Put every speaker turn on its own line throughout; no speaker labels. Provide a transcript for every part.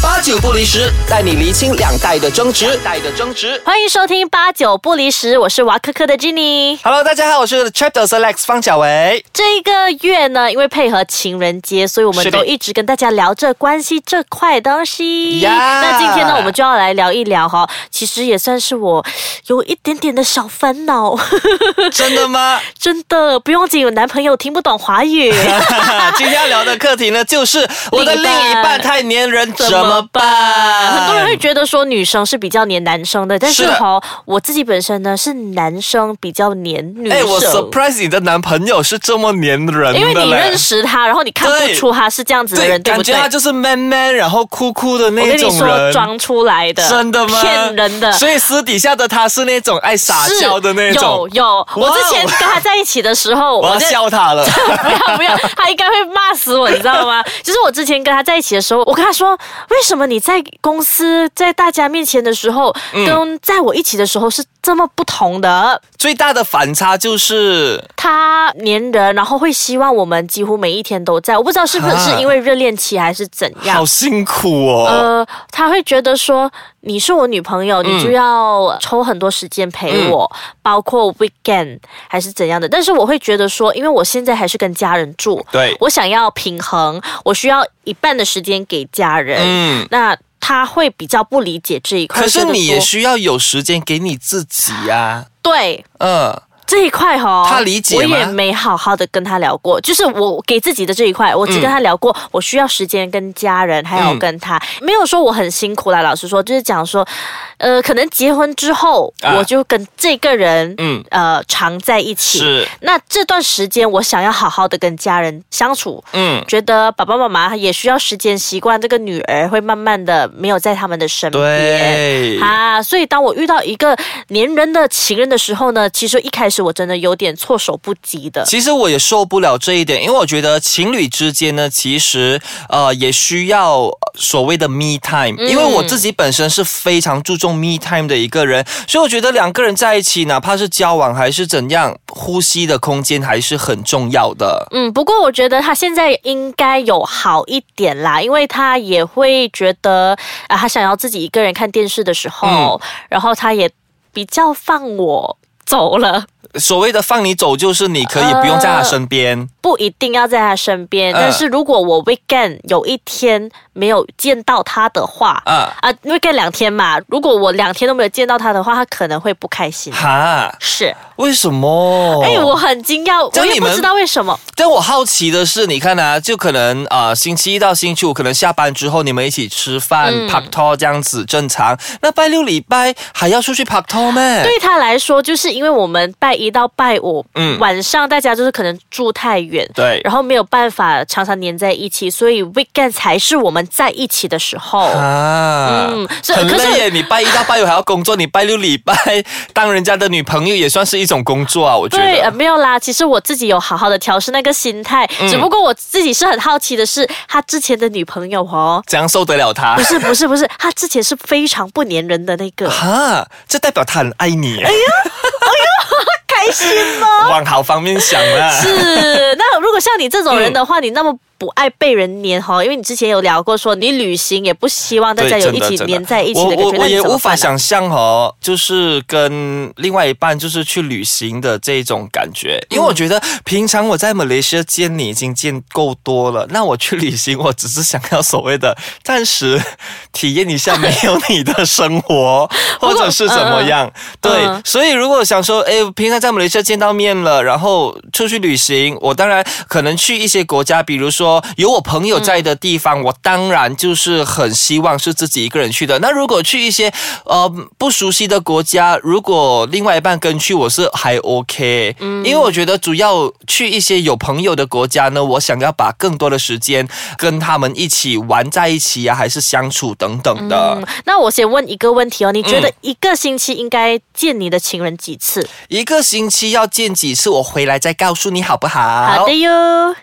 八九不离十，带你厘清两代的争执。
代的争执。
欢迎收听八九不离十，我是娃科科的 Jenny。
Hello，大家好，我是 Chapter Select 方小维。
这一个月呢，因为配合情人节，所以我们
是的
都一直跟大家聊这关系这块东西。
呀
那今天呢，我们就要来聊一聊哈，其实也算是我有一点点的小烦恼，
真的 吗？
真的不用紧，有男朋友听不懂 华语。
今天要聊的课题呢，就是我的另
另一半
一半太粘人怎
怎
么
么
办？
很多人会觉得说女生是比较黏男生的，但是
是的
哈，我自己本身呢是男生比较黏女
哎，
生。
我 surprise 你的男朋友是这么粘人的嘞，
因为你认识他，然后你看不
对
出他是这样子的人，对
感
不
觉
对？
他就是 man man，然后酷酷的
我
那
跟
种
你说，
人。
装出来的，
真的吗？
骗人的。
所以私底下的他是那种爱撒
是
娇的那
有
种。
有，我之前
哇哦
跟他在一起的 时候，
我要
在
笑他了。
不要不要，他应该会骂死我，你知 道吗？就是我之前跟他在一起的时候，我跟他说，为什么你在公司在大家面前的时候，
嗯
跟在我一起的时候是这么不同的？
最大的反差就是
他粘人，然后会希望我们几乎每一天都在。我不知道是不
啊
是因为热恋期还是怎样，
好辛苦哦。嗯
呃，他会觉得说你是我女朋友，你就要抽很多时间陪我，包括 weekend 还是怎样的。但是我会觉得说，因为我现在还是跟家人住，
对
我想要平衡，我需要一半的时间给家人。
嗯
那他会比较不理解这一块，
可是
会觉得
你也
说
需要有时间给你自己呀、
对。
嗯，
这一块哈、哦，
他理解吗
我也没好好的跟他聊过，就是我给自己的这一块，我只跟他聊过，我需要时间跟家人，还有跟他，
嗯
没有说我很辛苦啦。老实说，就是讲说，呃，可能结婚之后，
啊
我就跟这个人，
嗯
嗯，呃，常在一起。
是，
那这段时间，我想要好好的跟家人相处，
嗯，
觉得爸爸妈妈也需要时间习惯这个女儿会慢慢的没有在他们的身边。
对。
啊，所以当我遇到一个粘人的情人的时候呢，其实一开始我真的有点措手不及的。
其实我也受不了这一点，因为我觉得情侣之间呢，其实呃也需要呃所谓的 me time，、因为我自己本身是非常注重 me time 的一个人，所以我觉得两个人在一起，哪怕是交往还是怎样，呼吸的空间还是很重要的。
嗯，不过我觉得他现在应该有好一点啦，因为他也会觉得啊，他想要自己一个人看电视的时候，
嗯
然后他也比较放我走了。
所谓的放你走，就是你可以不用在他身边。
不一定要在他身边，
呃
但是如果我 weekend 有一天没有见到他的话，
呃
啊，weekend 两天嘛，如果我两天都没有见到他的话，他可能会不 开心。
哈？
是，
为什么？
哎、我很惊讶，
这
我
样哦
也
你
不
们
知道为什么。
但我好奇的是，你看啊，就可能啊、呃星期一到星期五，可能下班之后你们一起吃饭、
嗯
拍拖这样子正常。那拜六礼拜还要出去拍拖咩？
对他来说，就是因为我们拜一到拜五，
嗯
晚上大家就是可能住太远，
对
然后没有办法常常黏在一起，所以 weekend 才是我们在一起的时候。
啊，
嗯是
很
可是
累耶！你拜一到拜五还要工作，你拜六礼拜当人家的女朋友也算是一种工作啊，我觉
对，呃，
得。
没有啦。其实我自己有好好的调试那个心态，
嗯
只不过我自己是很好奇的是，他之前的女朋友哦，
怎样受得了他，
不？是不是不是，他之前是非常不粘人的那个
哈，这代表他很爱你。哎呀，
开心吗？
往好方面想啦。
是，那如果像你这种人的话，你那么不爱被人黏哈，因为你之前有聊过说，你旅行也不希望大
对，
家有
真
一
的
起
真的
黏在一起
我
的感
我
觉，那
我
你
也
怎么
无法
办啊。
想象哦，就是跟另外一半就是去旅行的这种感觉，因为
嗯
我觉得平常我在马来西亚见你已经见够多了，那我去旅行，我只是想要所谓的暂时体验一下没有你的生 活，或者是怎么样。
嗯
对，
嗯
所以如果想说，哎，平常在马来西亚见到面了，然后出去旅行，我当然可能去一些国家，比如说有我朋友在的地方，我当然就是很希望是自己一个人去的。那如果去一些呃不熟悉的国家，如果另外一半跟去，我是还 OK，、因为我觉得主要去一些有朋友的国家呢，我想要把更多的时间跟他们一起玩在一起啊，还是相处等等的。
嗯，那我先问一个问题哦，你觉
嗯
得一个星期应该见你的情人几次？
一个星期要见几次，我回来再告诉你好不好？
好的哟。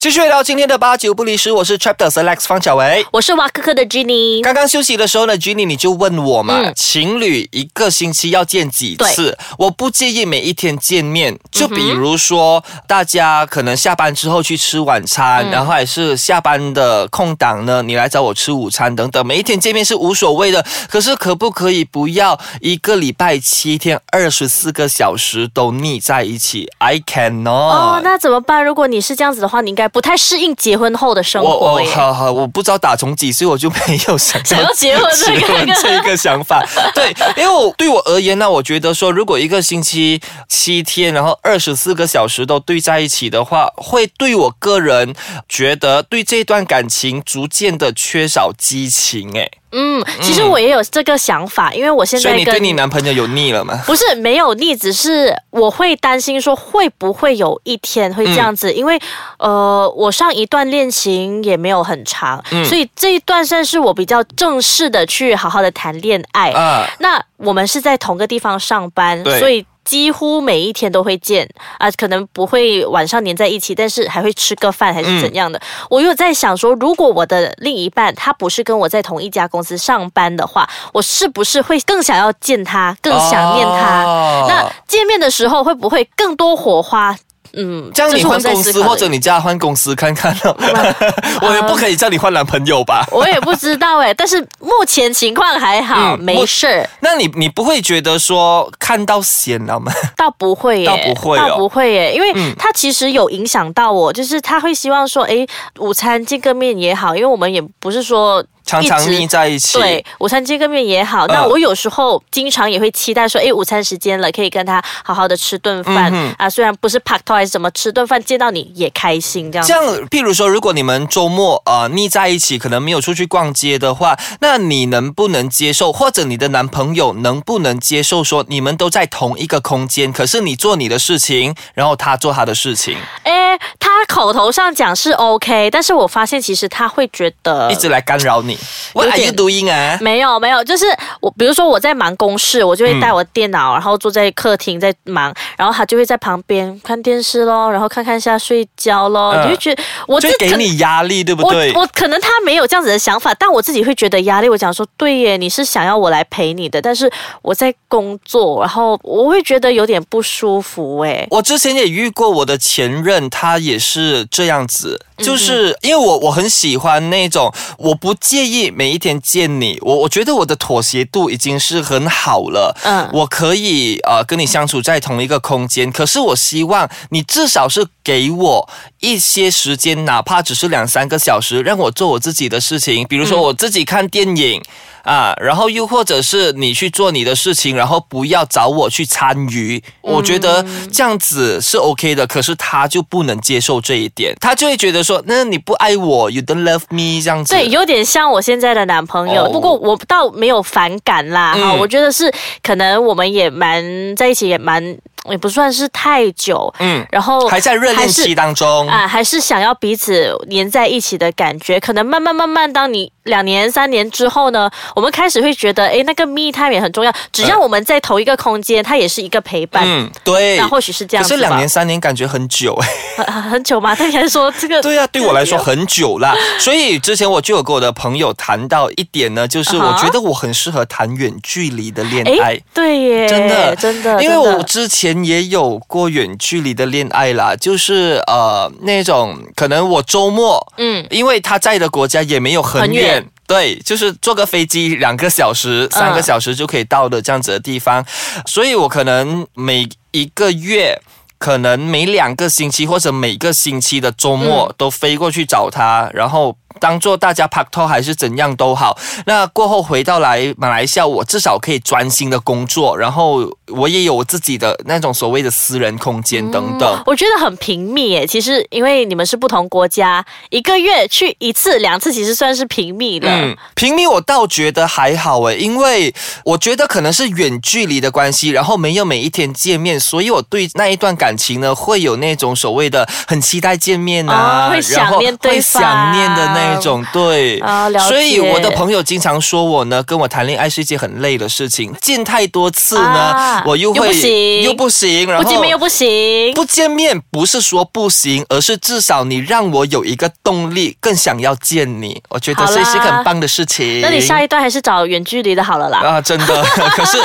继续回到今天的八九不离十，我是 Chapter Select 方小维。
我是挖科科的 Jenny，
刚刚休息的时候呢，Jenny 你就问我嘛，
嗯
情侣一个星期要见几次？我不介意每一天见面，
嗯
就比如说、大家可能下班之后去吃晚
嗯
餐，然后还是下班的空档呢，你来找我吃午餐等等，每一天见面是无所谓的。可是可不可以不要一个礼拜七天二十四个小时都腻在一起？I cannot。
哦，那怎么办？如果你是这样子的话，你应该不太适应结婚后的生
我
活
我
耶。
好好，我不知道打从几岁我就没有想
想
要
要结婚这个
结婚这个想法。对，因为我对我而言呢，我觉得说，如果一个星期七天，然后二十四个小时都对在一起的话，会对我个人觉得对这段感情逐渐的缺少激情。哎，
嗯，其实我也有这个想法，因为我现
所以
在
你对
跟
你男朋友有腻了吗？
不是没有腻，只是我会担心说会不会有一天会这样子，因为呃，我上一段恋情也没有很长，所以这一段算是我比较正式的去好好的谈恋爱。
啊，
那我们是在同个地方上班
对，
所以。几乎每一天都会见啊，可能不会晚上黏在一起，但是还会吃个饭还是怎样的。
嗯
我有在想说，如果我的另一半他不是跟我在同一家公司上班的话，我是不是会更想要见他，更想念他？
哦
那见面的时候会不会更多火花？嗯，
这样
这
你
是我
换
在
公
思
司
考的
或者你叫他换公司看看哦， 我也不可以叫你换男朋友吧？
我也不知道哎、但是目前情况还好，
嗯
没事儿。
那你你不会觉得说看到闲了吗？
倒不会耶，
倒不会哦
倒不会耶，因为
嗯
他其实有影响到我，就是他会希望说，诶，午餐见个面也好，因为我们也不是说。
常常腻在一起。
对，午餐见个面也好，那
嗯
我有时候经常也会期待说，诶，午餐时间了，可以跟他好好的吃顿饭、
嗯哼
啊。虽然不是 p a r t 还是什么，吃顿饭见到你也开心这样子。
这样，譬如说，如果你们周末呃腻在一起，可能没有出去逛街的话，那你能不能接受，或者你的男朋友能不能接受说你们都在同一个空间，可是你做你的事情，然后他做他的事情，
诶，他口头上讲是 OK，但是我发现其实他会觉得
一直来干扰你？What are you
点
doing 啊？
没有没有，就是我，比如说我在忙公事，我就会带我电脑，然后坐在客厅在忙，然后他就会在旁边看电视咯，然后看看一下睡觉咯，
嗯
你会觉得我
就
这
给
可能。
你压力，对不
我
对？
我可能他没有这样子的想法，但我自己会觉得压力。我讲说，对耶，你是想要我来陪你的，但是我在工作，然后我会觉得有点不舒服哎。
我之前也遇过我的前任，他也是这样子，就是因为我我很喜欢那种，我不介意每一天见你，我我觉得我的妥协度已经是很好了，
嗯
我可以呃跟你相处在同一个空间，可是我希望你至少是给我一些时间，哪怕只是两三个小时，让我做我自己的事情，比如说我自己看电影。啊，然后又或者是你去做你的事情，然后不要找我去参与，我觉得
嗯
这样子是 OK 的。可是他就不能接受这一点，他就会觉得说，那你不爱我，you don't love me 这样子。
对，有点像我现在的男朋友，
哦
不过我倒没有反感啦。哈、
嗯
我觉得是可能我们也蛮在一起，也蛮也不算是太久，
嗯，
然后
还在热恋
还
期
是
当中。
啊，还是想要彼此黏在一起的感觉。可能慢慢慢慢，当你两年、三年之后呢，我们开始会觉得，哎，那个 me time 也很重要。只要我们在同一个空间，它也是一个陪伴。
嗯，对
那。或许哎是
可
这样子
是
吧。
两年三年感觉很久 哎。
很很很久 嘛？但你还说这个
对啊，对我来说很久 啦。所以之前我就有跟我的朋友谈到一点呢，就是我
啊哈
觉得我很适合谈远距离的恋爱
哎。，对耶，
真的
真的，
因为
真的
我之前也有过远距离的恋爱啦，就是呃那种可能我周末，
嗯。
因为他在的国家也没有很
很
远。
远
对，就是坐个飞机两个小时、三个小时就可以到的这样子的地方，所以我可能每一个月，可能每两个星期或者每个星期的周末
嗯
都飞过去找他，然后当做大家拍拖还是怎样都好。那过后回到来马来西亚，我至少可以专心的工作，然后我也有我自己的那种所谓的私人空
嗯
间等等。
我觉得很频密耶。其实因为你们是不同国家，一个月去一次、两次，其实算是频密了。
嗯，平民我倒觉得还好诶，因为我觉得可能是远距离的关系，然后没有每一天见面，所以我对那一段感情呢，会有那种所谓的很期待见面啊，
哦会
然后
想念对
会想念的那那一种，对，
啊了解
所以我的朋友经常说我呢，跟我谈恋爱是一件很累的事情，见太多次呢，
啊
我又会
又不行
又不行然
不
后
见面又不行。
不见面不是说不行，而是至少你让我有一个动力，更想要见你。我觉得
好啦
这是一个很棒的事情。
那你下一段还是找远距离的好了啦。
啊，真的， 可是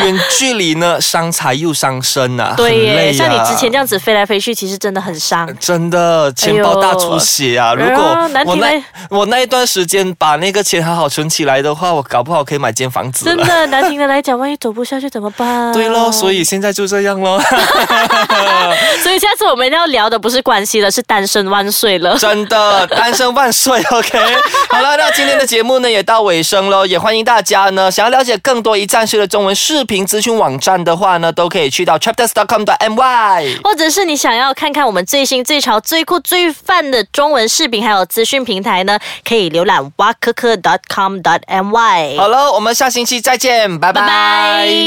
远距离呢，伤财又伤身啊，
对
很累啊
耶，像你之前这样子飞来飞去，其实真的很 伤。
真的钱包大出血啊！
哎呦
如果
难题
我那
嘞
我那一段时间把那个钱好好存起来的话，我搞不好可以买间房子
真
了。
的，啊难听的来讲，万一走不下去怎么办？
对咯，所以现在就这样咯。
所以下次我们要聊的不是关系了，是单身万岁 了。
真的，单身万岁！OK，好了，那今天的节目呢也到尾声喽，也欢迎大家呢想要了解更多一站式的中文视频资讯网站的话呢，都可以去到 chapters.com 的 my。
或者是你想要看看我们最新、最潮、最酷、最范的中文视频，还有资讯平台呢，可以浏览哇科科 .com.my。
好了，我们下星期再见，拜
拜
拜
拜。